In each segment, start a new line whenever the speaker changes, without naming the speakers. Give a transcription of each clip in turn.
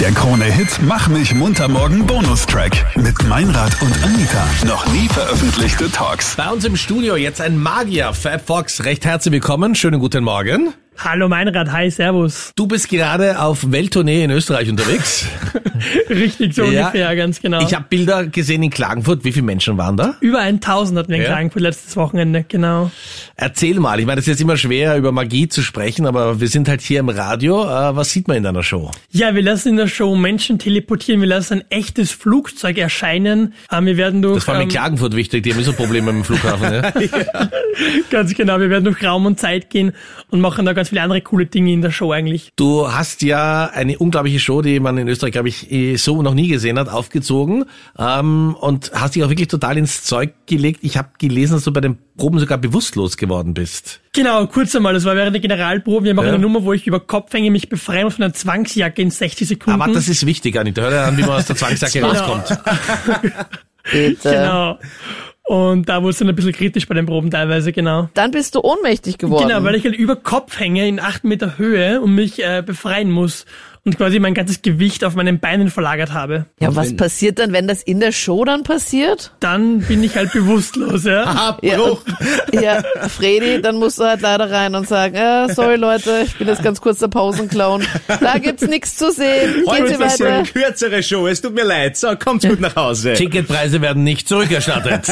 Der Krone-Hit Mach mich munter morgen Bonustrack mit Meinrad und Anita. Noch nie veröffentlichte Talks.
Bei uns im Studio jetzt ein Magier, Fab Fox. Recht herzlich willkommen. Schönen guten Morgen.
Hallo Meinrad, hi, servus.
Du bist gerade auf Welttournee in Österreich unterwegs.
Richtig so
Ja.
ungefähr, ganz genau.
Ich habe Bilder gesehen in Klagenfurt. Wie viele Menschen waren da?
Über 1000 hatten wir in
Ja.
Klagenfurt letztes Wochenende, genau.
Erzähl mal. Ich meine, es ist jetzt immer schwer, über Magie zu sprechen, aber wir sind halt hier im Radio. Äh, was sieht man in deiner Show?
Ja, wir lassen in der Show Menschen teleportieren, wir lassen ein echtes Flugzeug erscheinen. Ähm, Wir werden durch,
Das war mir in
ähm,
Klagenfurt wichtig. Die haben so Probleme mit dem Flughafen. Ja?
ganz genau, wir werden durch Raum und Zeit gehen und machen da ganz viele andere coole Dinge in der Show eigentlich.
Du hast ja eine unglaubliche Show, die man in Österreich, glaube ich, eh so noch nie gesehen hat, aufgezogen ähm, und hast dich auch wirklich total ins Zeug gelegt. Ich habe gelesen, dass du bei den Proben sogar bewusstlos geworden bist.
Genau, kurz einmal, das war während der Generalprobe. Wir machen
Ja.
eine Nummer, wo ich über Kopfhänge mich befreie und von einer Zwangsjacke in 60 Sekunden.
Aber Ah, das ist wichtig, Anita. Hör dir an, wie man aus der Zwangsjacke
Mhm. Genau.
rauskommt. äh,
Bitte.
genau. Und da wurde es dann ein bisschen kritisch bei den Proben teilweise, genau.
Dann bist du ohnmächtig geworden.
Genau, weil ich halt über Kopf hänge in acht Meter Höhe und mich äh, befreien muss und quasi mein ganzes Gewicht auf meinen Beinen verlagert habe.
ja, was passiert dann, wenn das in der Show dann passiert?
Dann bin ich halt bewusstlos, ja.
Ja, und- ja, Fredi, dann musst du halt leider rein und sagen, äh, sorry Leute, ich bin jetzt ganz kurz der Pausenclown. Da gibt's nichts zu sehen. Geht sie
Heute ist eine
weiter.
kürzere Show, es tut mir leid. So, kommt gut nach Hause.
Ticketpreise werden nicht zurückerstattet.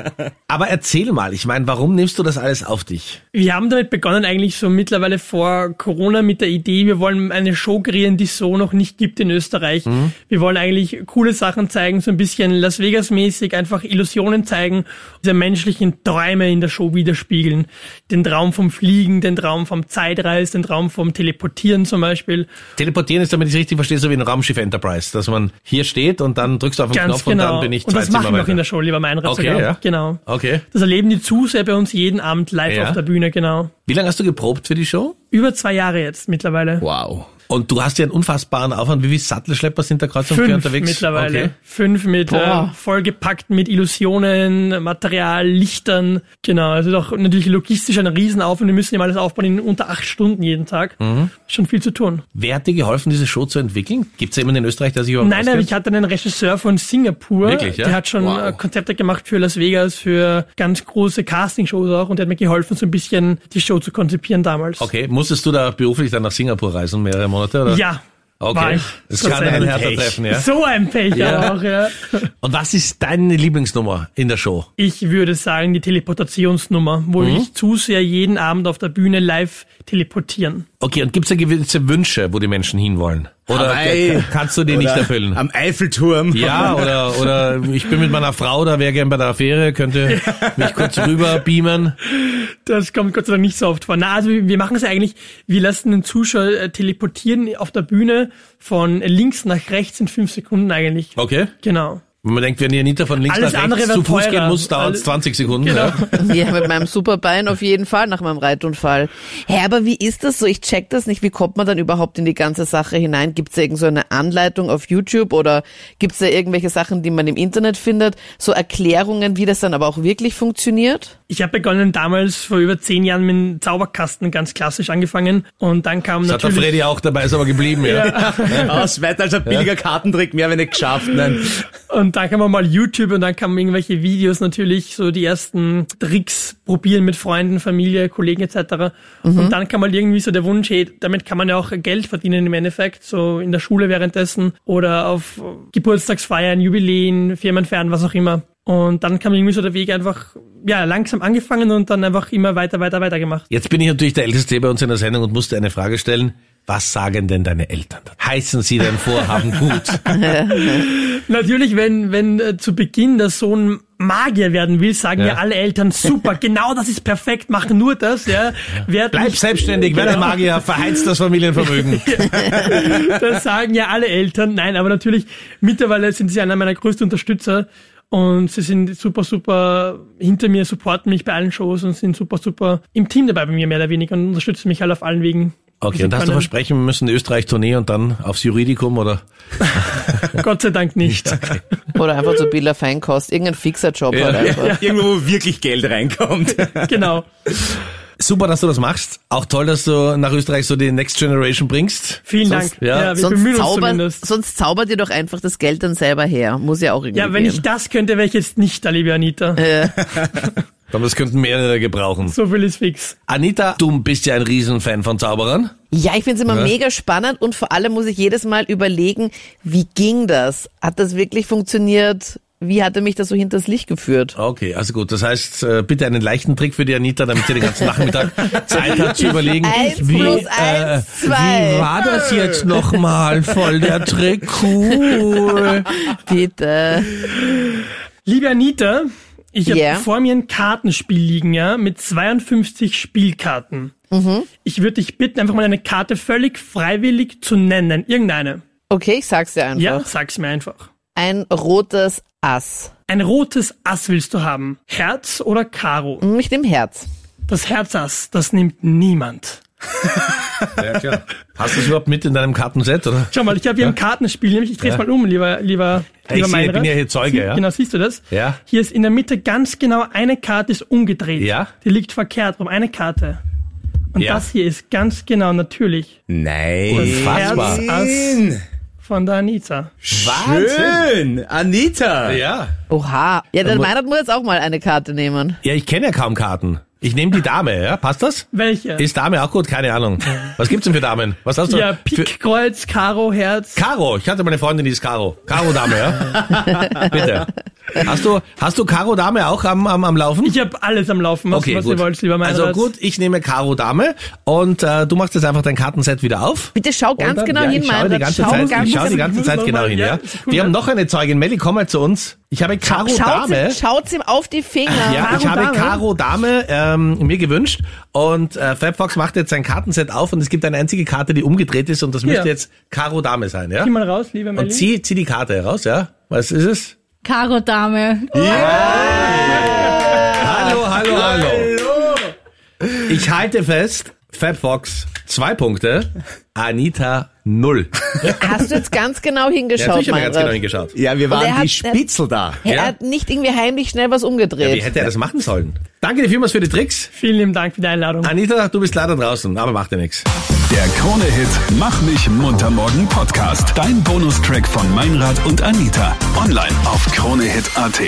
Aber erzähl mal, ich meine, warum nimmst du das alles auf dich?
Wir haben damit begonnen eigentlich so mittlerweile vor Corona mit der Idee, wir wollen eine Show kreieren, die es so noch nicht gibt in Österreich. Wir wollen eigentlich coole Sachen zeigen, so ein bisschen Las Vegas-mäßig, einfach Illusionen zeigen, diese menschlichen Träume in der Show widerspiegeln. Den Traum vom Fliegen, den Traum vom Zeitreis, den Traum vom Teleportieren zum Beispiel.
Teleportieren ist, damit ich es richtig verstehe, so wie ein Raumschiff Enterprise, dass man hier steht und dann drückst du auf den
Ganz
Knopf
genau.
und dann bin ich
und
zwei
das machen
Zimmer
wir auch
weiter.
in der Show, lieber Meinrad
Okay,
sogar.
ja.
Genau.
Okay.
Das erleben die Zuseher bei uns jeden Abend live
Ja.
auf der Bühne, genau.
Wie lange hast du geprobt für die Show?
Über zwei Jahre jetzt mittlerweile.
Wow.
Und du hast ja einen unfassbaren Aufwand. Wie viele Sattelschlepper sind da kreuz und quer
Fünf
unterwegs?
mittlerweile.
Okay.
Fünf mit äh,
Boah.
vollgepackt mit Illusionen, Material, Lichtern. Genau, also doch natürlich logistisch ein Riesenaufwand. Wir müssen ja alles aufbauen in unter acht Stunden jeden Tag.
Mhm.
Schon viel zu tun.
Wer hat dir geholfen, diese Show zu entwickeln? Gibt es jemanden in Österreich, der sich überhaupt
Nein, nein,
auskennt?
ich hatte einen Regisseur von Singapur,
Wirklich, ja?
der hat schon
Wow.
äh, Konzepte gemacht für Las Vegas, für ganz große Castingshows auch und der hat mir geholfen, so ein bisschen die Show zu konzipieren damals.
Okay, musstest du da beruflich dann nach Singapur reisen, mehrere Monate? Oder?
Ja. war
Okay,
ich.
das
So
kann
ein
einen
Pech.
härter treffen, ja.
So ein Pech
Ja.
auch, ja.
Und was ist deine Lieblingsnummer in der Show?
Ich würde sagen, die Teleportationsnummer, wo
Mhm.
ich Zuseher jeden Abend auf der Bühne live teleportieren.
Okay, und gibt's da gewisse Wünsche, wo die Menschen hinwollen? Oder
Hawaii.
kannst du die nicht
Oder
erfüllen?
Am Eiffelturm.
ja, oder, oder ich bin mit meiner Frau, da wäre gern bei der Affäre, könnte mich kurz rüber beamen.
Das kommt Gott sei Dank nicht so oft vor. Na, also wir wir machen es ja eigentlich, wir lassen den Zuschauer äh, teleportieren auf der Bühne von links nach rechts in fünf Sekunden eigentlich.
Okay.
Genau.
Wenn man denkt, wenn die Anita von links
Alles
nach
andere
rechts
wär
zu Fuß
teurer.
gehen muss, dauert
Alles-
20 Sekunden.
Genau.
Ja.
Ja, mit meinem Superbein auf jeden Fall nach meinem Reitunfall. Hä, aber wie ist das so? Ich check das nicht. Wie kommt man dann überhaupt in die ganze Sache hinein? Gibt's da irgend so eine Anleitung auf YouTube oder gibt's da irgendwelche Sachen, die man im Internet findet? So Erklärungen, wie das dann aber auch wirklich funktioniert?
Ich habe begonnen damals vor über zehn Jahren mit dem Zauberkasten ganz klassisch angefangen und dann kam
Das hat der
natürlich
Freddy auch dabei, ist aber geblieben, ja.
Aus weiter als ein billiger Kartentrick, mehr haben wir nicht geschafft. Nein.
Und dann kann man mal YouTube und dann kann man irgendwelche Videos natürlich, so die ersten Tricks probieren mit Freunden, Familie, Kollegen etc. Und dann kann man irgendwie so der Wunsch, hey, damit kann man ja auch Geld verdienen im Endeffekt, so in der Schule währenddessen oder auf Geburtstagsfeiern, Jubiläen, Firmenfeiern, was auch immer. Und dann kam irgendwie so der Weg einfach, ja, langsam angefangen und dann einfach immer weiter, weiter, weiter gemacht.
Jetzt bin ich natürlich der Älteste bei uns in der Sendung und musste eine Frage stellen. Was sagen denn deine Eltern? Heißen sie dein Vorhaben gut?
Natürlich, wenn, wenn äh, zu Beginn der Sohn Magier werden will, sagen ja,
Ja.
alle Eltern, super, genau das ist perfekt, mach nur das, ja. Werd
Bleib
nicht-
selbstständig, werde
Genau.
ein Magier, verheizt das Familienvermögen.
Das sagen ja alle Eltern. Nein, aber natürlich, mittlerweile sind sie einer meiner größten Unterstützer und sie sind super, super hinter mir, supporten mich bei allen Shows und sind super, super im Team dabei bei mir mehr oder weniger und unterstützen mich halt auf allen Wegen.
Okay, und hast du
versprochen?
versprechen müssen, Österreich-Tournee und dann aufs Juridikum oder?
Gott sei Dank nicht.
Oder einfach so Bilder Feinkost, irgendein fixer Job halt einfach.
Irgendwo, wo wirklich Geld reinkommt.
genau.
super, dass du das machst. Auch toll, dass du nach Österreich so die Next Generation bringst.
Vielen Dank.
ja,
wir
Sonst,
bemühen uns
zauber,
zumindest.
sonst zaubert ihr doch einfach das Geld dann selber her. Muss ja auch irgendwie
Ja, wenn
gehen.
ich das könnte, wäre ich jetzt nicht da, liebe Anita.
Aber das könnten mehrere gebrauchen.
So viel ist fix.
Anita, du bist ja ein Riesenfan von Zauberern.
Ja, ich find's immer
Ja.
mega spannend und vor allem muss ich jedes Mal überlegen, wie ging das? Hat das wirklich funktioniert? Wie hat er mich da so hinters Licht geführt?
Okay, also gut. Das heißt, äh, bitte einen leichten Trick für die Anita, damit sie den ganzen Nachmittag Zeit hat zu überlegen. äh,
Eins plus eins,
Wie
zwei.
war das jetzt nochmal? Voll der Trick, cool.
Bitte.
Liebe Anita, ich habe
Ja.
vor mir ein Kartenspiel liegen, ja, mit 52 Spielkarten. Ich würde dich bitten, einfach mal eine Karte völlig freiwillig zu nennen. Irgendeine.
Okay, ich sag's dir einfach.
Ja, sag's mir einfach.
Ein rotes Ass.
Ein rotes Ass willst du haben. Herz oder Karo?
Hm, Ich nehm Herz.
Das Herzass, das nimmt niemand.
Ja, klar. Hast du es überhaupt mit in deinem Kartenset, oder?
Schau mal, ich habe hier ein Kartenspiel, nämlich ich dreh's mal um, lieber, lieber,
Ja, ich
lieber
sehe,
Meinrad.
bin ja hier Zeuge,
Sie-
ja.
Genau, siehst du das?
Ja.
Hier ist in der Mitte ganz genau eine Karte ist umgedreht.
Ja.
Die liegt verkehrt rum, eine Karte. Und
Ja.
das hier ist ganz genau natürlich
Nein.
Unfassbar.
Nein.
von der Anita.
Schön. Anita.
Ja.
Oha. Ja, dann
Aber-
Meinert muss jetzt auch mal eine Karte nehmen.
Ja, ich kenne ja kaum Karten. Ich nehme die Dame, ja? Passt das?
Welche?
Ist Dame auch gut? Keine Ahnung. Was gibt's denn für Damen? Was hast du?
ja,
für
Pik, Kreuz, Karo, Herz.
Karo. Ich hatte meine Freundin, die ist Karo. Karo Dame, ja? Bitte. Hast du, hast du Karo Dame auch am, am, am Laufen?
ich habe alles am Laufen, was, was ihr wollt, lieber Meinrad.
also gut, ich nehme Karo Dame und äh, du machst jetzt einfach dein Kartenset wieder auf.
Bitte schau ganz
Und dann-
genau
ja,
hin,
ich schau
Meinrad.
die ganze Zeit, ich schau die ganze Zeit genau hin, ja.
Ja, Sekunde.
Wir haben noch eine Zeugin. Melli, komm mal zu uns. Ich habe Karo
Schaut's
Dame.
ihm, schaut's ihm auf die Finger.
Ja, ich habe Karo Dame ähm, mir gewünscht und äh, Fabfox macht jetzt sein Kartenset auf und es gibt eine einzige Karte, die umgedreht ist und das müsste jetzt Karo Dame sein, ja?
Geh mal raus, lieber Melli.
Und zieh, zieh die Karte heraus, ja? Was ist es?
Karo Dame.
Hallo, hallo, hallo. Ich halte fest, Fabfox zwei Punkte, Anita null.
Hast du jetzt ganz genau
Ja,
hingeschaut,
ich habe ganz genau
Meinrad?
hingeschaut.
Ja, wir
Und
waren
er hat- äh,
die Spitzel da.
Er
Ja.
hat nicht irgendwie heimlich schnell was umgedreht.
Wie hätte er das machen sollen? Danke dir vielmals für die Tricks.
Vielen lieben Dank für die Einladung.
Anita, du bist leider draußen, aber macht dir nichts.
Der Krone-Hit Mach mich munter morgen Podcast. Dein Bonustrack von Meinrad und Anita. Online auf kronehit.at.